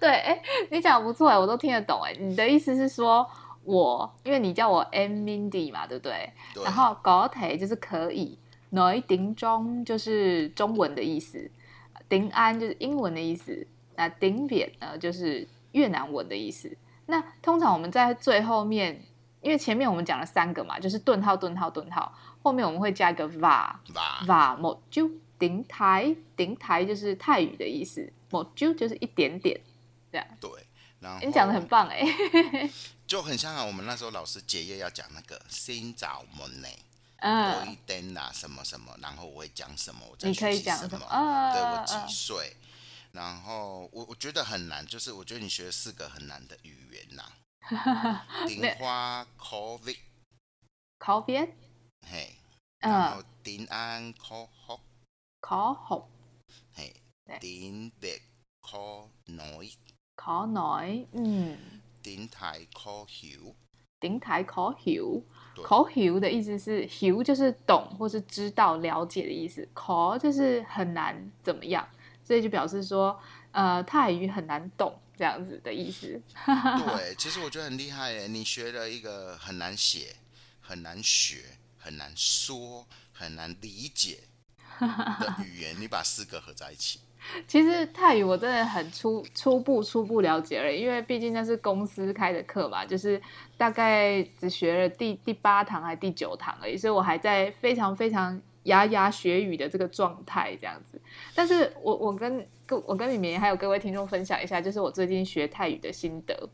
B: 对，哎、你讲得不错哎，我都听得懂哎。你的意思是说我，因为你叫我 M Mindy 嘛，对不对？
A: 对
B: 然后 g o t e 就是可以 n o i d i n 中就是中文的意思 d 安就是英文的意思，那 d 扁呢就是越南文的意思。那通常我们在最后面，因为前面我们讲了三个嘛，就是顿号、顿号、顿号，后面我们会加一个 va，
A: 吧。
B: va mo ju 顶台，顶台就是泰语的意思，mo ju 就是一点点。
A: 对，然后
B: 诶你讲的很棒哎、
A: 就很像啊，我们那时候老师结业要讲那个新早门呢，多
B: 嗯
A: 一灯啦啊什么什么，然后我会讲什么，我在
B: 你可
A: 学
B: 以
A: 习
B: 讲
A: 什
B: 什
A: 么
B: 么，啊
A: 对
B: 啊
A: 我
B: 啊
A: 几岁，然后我我觉得很难，就是我觉得你学了四个很难的语言 呐、顶
B: 那
A: 花 COVID
B: 考边，
A: 嘿，然
B: 嗯
A: 后，顶安 COVID
B: 考红，
A: 嘿
B: 对，
A: 顶北 COVID
B: 考奶，嗯，
A: 顶台 COVID
B: 顶台考hiểu，
A: 对
B: 考hiểu的意思是 hiểu 就是懂或是知道、了解的意思，考就是很难怎么样，所以就表示说，呃，泰语很难懂这样子的意思。
A: 对，其实我觉得很厉害耶！你学了一个很难写、很难学、很难说、很难理解的语言，你把四个合在一起，
B: 其实泰语我真的很初初步初步了解而已，因为毕竟那是公司开的课嘛，就是大概只学了第第八堂还第九堂而已，所以我还在非常非常牙牙学语的这个状态这样子。但是我我跟跟我跟李明还有各位听众分享一下，就是我最近学泰语的心得，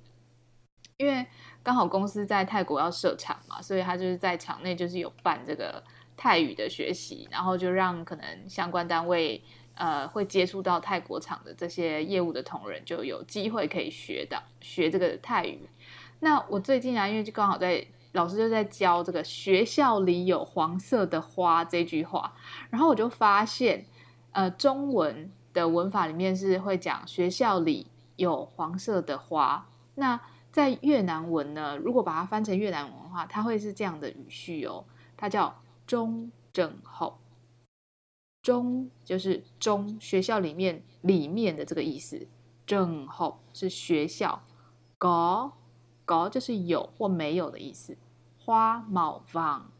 B: 因为刚好公司在泰国要设厂嘛，所以他就是在场内就是有办这个泰语的学习，然后就让可能相关单位。呃，会接触到泰国厂的这些业务的同仁，就有机会可以学到学这个泰语。那我最近啊，因为就刚好在老师就在教这个“学校里有黄色的花”这句话，然后我就发现，呃，中文的文法里面是会讲“学校里有黄色的花”。那在越南文呢，如果把它翻成越南文的话，它会是这样的语序哦，它叫“中正后”。中就是中学校里面里面的这个意思，正后是学校，高高就是有或没有的意思，花毛旺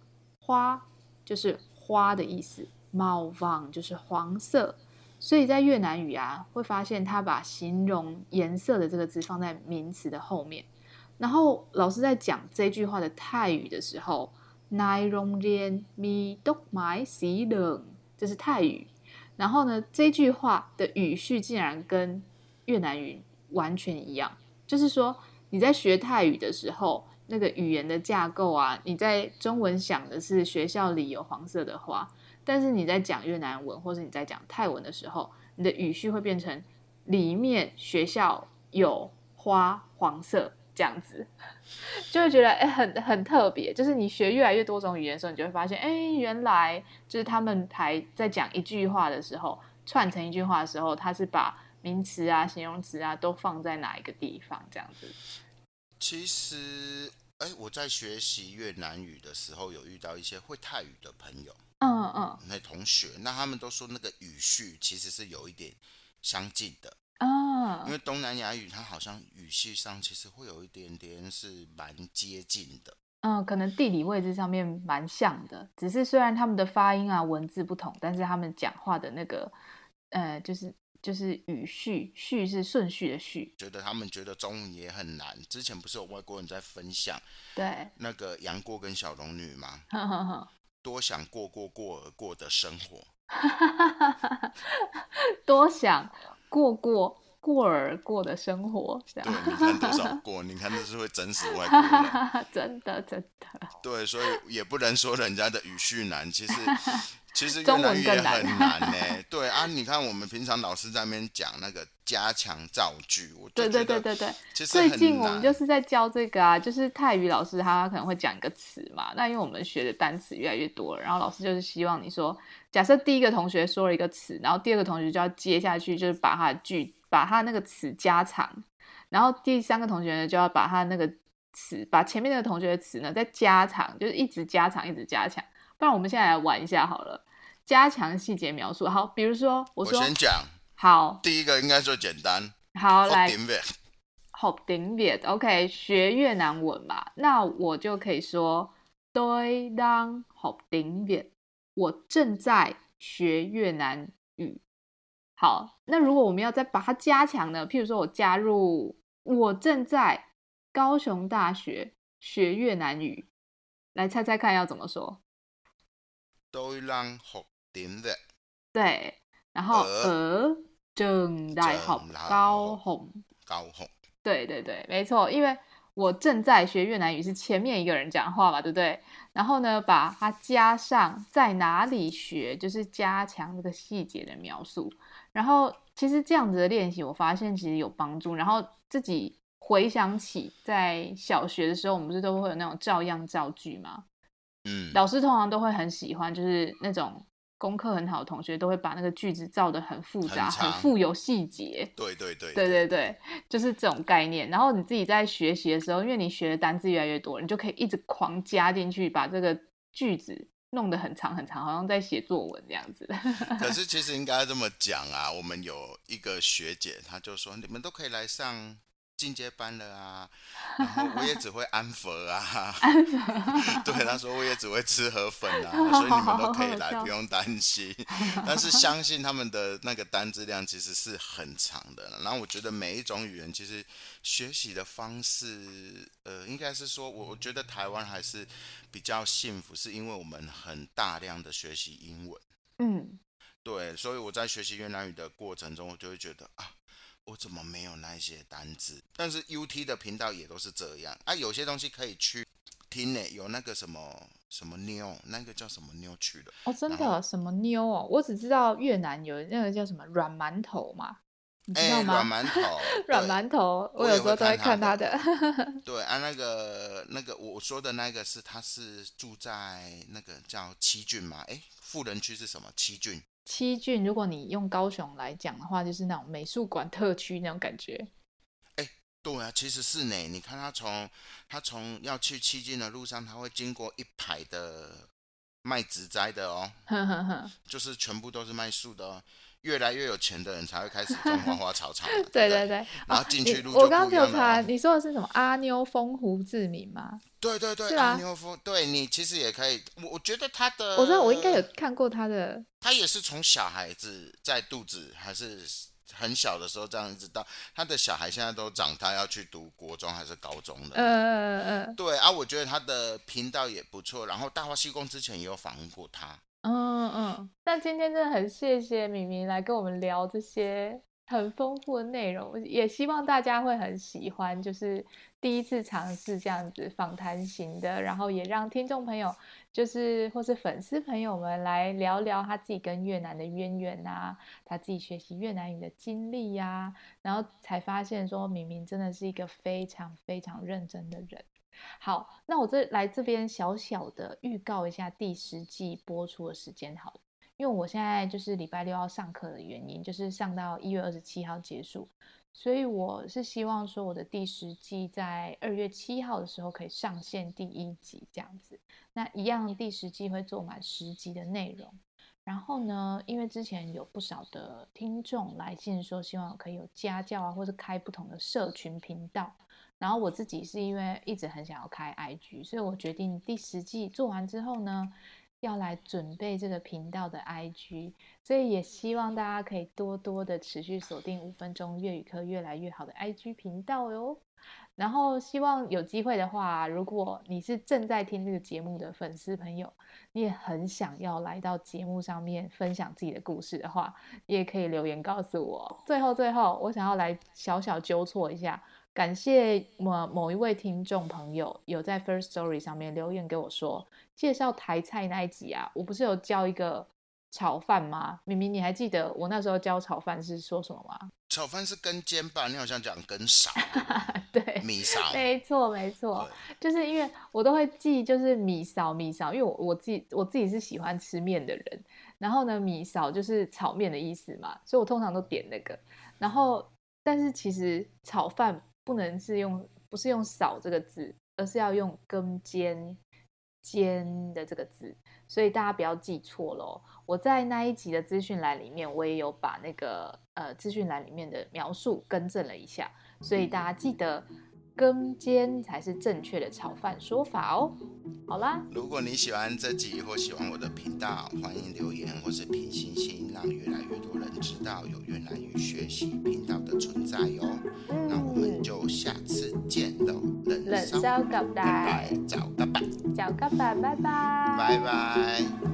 B: 花就是花的意思，毛旺就是黄色，所以在越南语啊会发现它把形容颜色的这个字放在名词的后面，然后老师在讲这句话的泰语的时候，奈容连咪都买洗冷。这是泰语，然后呢，这句话的语序竟然跟越南语完全一样，就是说你在学泰语的时候，那个语言的架构啊，你在中文想的是学校里有黄色的花，但是你在讲越南文或者你在讲泰文的时候，你的语序会变成里面学校有花黄色这样子。就会觉得哎、欸，很很特别。就是你学越来越多种语言的时候，你就会发现，哎、欸，原来就是他们还在讲一句话的时候，串成一句话的时候，他是把名词啊、形容词啊都放在哪一个地方这样子。
A: 其实，哎、欸，我在学习越南语的时候，有遇到一些会泰语的朋友，
B: 嗯嗯，
A: 那同学，那他们都说那个语序其实是有一点相近的。
B: 啊，
A: 因为东南亚语它好像语系上其实会有一点点是蛮接近的，
B: 嗯，可能地理位置上面蛮像的，只是虽然他们的发音啊文字不同，但是他们讲话的那个呃，就是就是语序，序是顺序的序。
A: 觉得他们觉得中文也很难。之前不是有外国人在分享
B: 对，
A: 那个杨过跟小龙女吗？
B: 呵呵呵
A: 多想过过过而过的生活，
B: 多想过过过而过的生活，这
A: 对
B: 样，
A: 你看多少过，你看这是会整死外国人。
B: 真的真的，
A: 对，所以也不能说人家的语序难， 其实其实越
B: 中
A: 南
B: 文
A: 语
B: 更
A: 也很
B: 难
A: 难呢、对啊，你看我们平常老师在那边讲那个加强造句，我就
B: 对
A: 觉
B: 对
A: 得
B: 对对对。
A: 其实
B: 最
A: 很
B: 近我
A: 难
B: 们就是在教这个啊，就是泰语老师他可能会讲一个词嘛，那因为我们学的单词越来越多了，然后老师就是希望你说，假设第一个同学说了一个词，然后第二个同学就要接下去，就是把他的句，把他那个词加长，然后第三个同学呢就要把他那个词，把前面那个同学的词呢再加长，就是一直加长，一直加强。不然我们现在来玩一下好了，加强细节描述。好，比如说
A: 我
B: 我说
A: 先讲
B: 好
A: 第一个应该最简单，
B: 好来
A: 点呗，
B: học tiếng Việt, OK，学越南文嘛，那我就可以说 tôi đang học tiếng Việt，我正在学越南语。好，那如果我们要再把它加强呢，譬如说我加入我正在高雄大学学越南语，来猜猜看要怎么说？
A: 都让好点呗，
B: 对，然后
A: 呃
B: 呃，正在
A: 正
B: học
A: 在
B: 高
A: học
B: 雄
A: 高红
B: 对对对，没错，因为我正在学越南语，是前面一个人讲话嘛，对不对？然后呢，把它加上在哪里学，就是加强这个细节的描述。然后其实这样子的练习，我发现其实有帮助。然后自己回想起在小学的时候，我们不是都会有那种照样造句吗？
A: 嗯，
B: 老师通常都会很喜欢，就是那种功课很好的同学，都会把那个句子造得很复杂、
A: 很长
B: 很富有细节。
A: 对对对
B: 对对对，就是这种概念。然后你自己在学习的时候，因为你学的单字越来越多，你就可以一直狂加进去，把这个句子弄得很长很长，好像在写作文这样子。
A: 可是其实应该这么讲啊，我们有一个学姐，她就说你们都可以来上进阶班了啊，然后我也只会安佛啊，
B: 安粉
A: 对，他说我也只会吃河粉 啊，所以你们都可以
B: 好好
A: 来，
B: 笑
A: 不用担心。 但是相信他们的那个单字量其实是很长的。然后我觉得每一种语言其实学习的方式，呃，应该是说，我我觉得台湾还是比较幸福，是因为我们很大量的学习英文。
B: 嗯，
A: 对，所以我在学习越南语的过程中，我就会觉得啊，我怎么没有那一些单字？但是 UT 的频道也都是这样啊，有些东西可以去听呢、有那个什么什么妞，那个叫什么妞去了，
B: 哦，真
A: 然
B: 的什么妞哦，我只知道越南有那个叫什么软馒头嘛，你知
A: 哎、
B: 道
A: 软
B: 吗？，
A: 馒头
B: 软馒头，
A: 我
B: 有
A: 也
B: 时
A: 会
B: 候都会看
A: 看
B: 他
A: 他
B: 的
A: 的。对对啊，那个那个我说的那个是，他是住在那个叫七郡嘛，哎、富人区是什么？七郡。
B: 七郡，如果你用高雄来讲的话，就是那种美术馆特区那种感觉。
A: 对啊，其实是呢。你看他从他从要去七进的路上，他会经过一排的卖植栽的哦，
B: 哼哼哼，
A: 就是全部都是卖树的哦。越来越有钱的人才会开始种花花草 草嘛，不
B: 对
A: 对
B: 对对。
A: 然
B: 啊
A: 后进
B: 你
A: 去路
B: 我
A: 就
B: 刚刚
A: 不一样
B: 就查，
A: 了哦。
B: 你说的是什么阿妞风湖志明吗？
A: 对对
B: 是
A: 对，
B: 吧
A: 阿牛夫，对你其实也可以。我我觉得他的，
B: 我知道，我应
A: 呃
B: 该有，看过他的。
A: 他也是从小孩子在肚子还是很小的时候这样一直到他的小孩现在都长大要去读国中还是高中了。
B: 呃呃呃
A: 对啊，我觉得他的频道也不错。然后大话西贡之前也有访问过他，
B: 嗯嗯，那今天真的很谢谢米米来跟我们聊这些很丰富的内容，也希望大家会很喜欢，就是第一次尝试这样子访谈型的，然后也让听众朋友就是或是粉丝朋友们来聊聊他自己跟越南的渊源啊，他自己学习越南语的经历呀、然后才发现说明明真的是一个非常非常认真的人。好，那我这来这边小小的预告一下第十季播出的时间好了，因为我现在就是礼拜六要上课的原因，就是上到一月二十七号结束，所以我是希望说我的第十季在二月七号的时候可以上线第一集这样子。那一样第十季会做满十集的内容。然后呢，因为之前有不少的听众来信说，希望可以有家教啊，或是开不同的社群频道。然后我自己是因为一直很想要开 IG，所以我决定第十季做完之后呢，要来准备这个频道的 IG，所以也希望大家可以多多的持续锁定五分钟粤语课越来越好的 IG 频道哟。然后希望有机会的话，如果你是正在听这个节目的粉丝朋友，你也很想要来到节目上面分享自己的故事的话，你也可以留言告诉我。最后，最后，我想要来小小纠错一下，感谢某某一位听众朋友有在 First Story 上面留言给我说，介绍台菜那一集啊，我不是有教一个炒饭吗？明明你还记得我那时候教炒饭是说什么吗？
A: 炒饭是跟煎吧，你好像讲跟勺、
B: 对，
A: 米勺。
B: 没错，没错，就是因为我都会记，就是米勺米勺，因为我我自己我自己是喜欢吃面的人，然后呢，米勺就是炒面的意思嘛，所以我通常都点那个。然后，但是其实炒饭不能是用不是用勺这个字，而是要用跟煎煎的这个字，所以大家不要记错喽。我在那一集的资讯栏里面，我也有把那个呃资讯栏里面的描述更正了一下。所以大家记得跟煎才是正确的炒饭说法哦。好啦，
A: 如果你喜欢这集或喜欢我的频道，欢迎留言或是评星星，让越来越多人知道有越南语学习频道的存在哟、嗯那我们就下次见喽，冷
B: 嗯冷
A: 烧
B: 烧
A: 拜
B: กับ大
A: 拜，早个拜，
B: 小กับ大，拜拜。
A: 拜拜。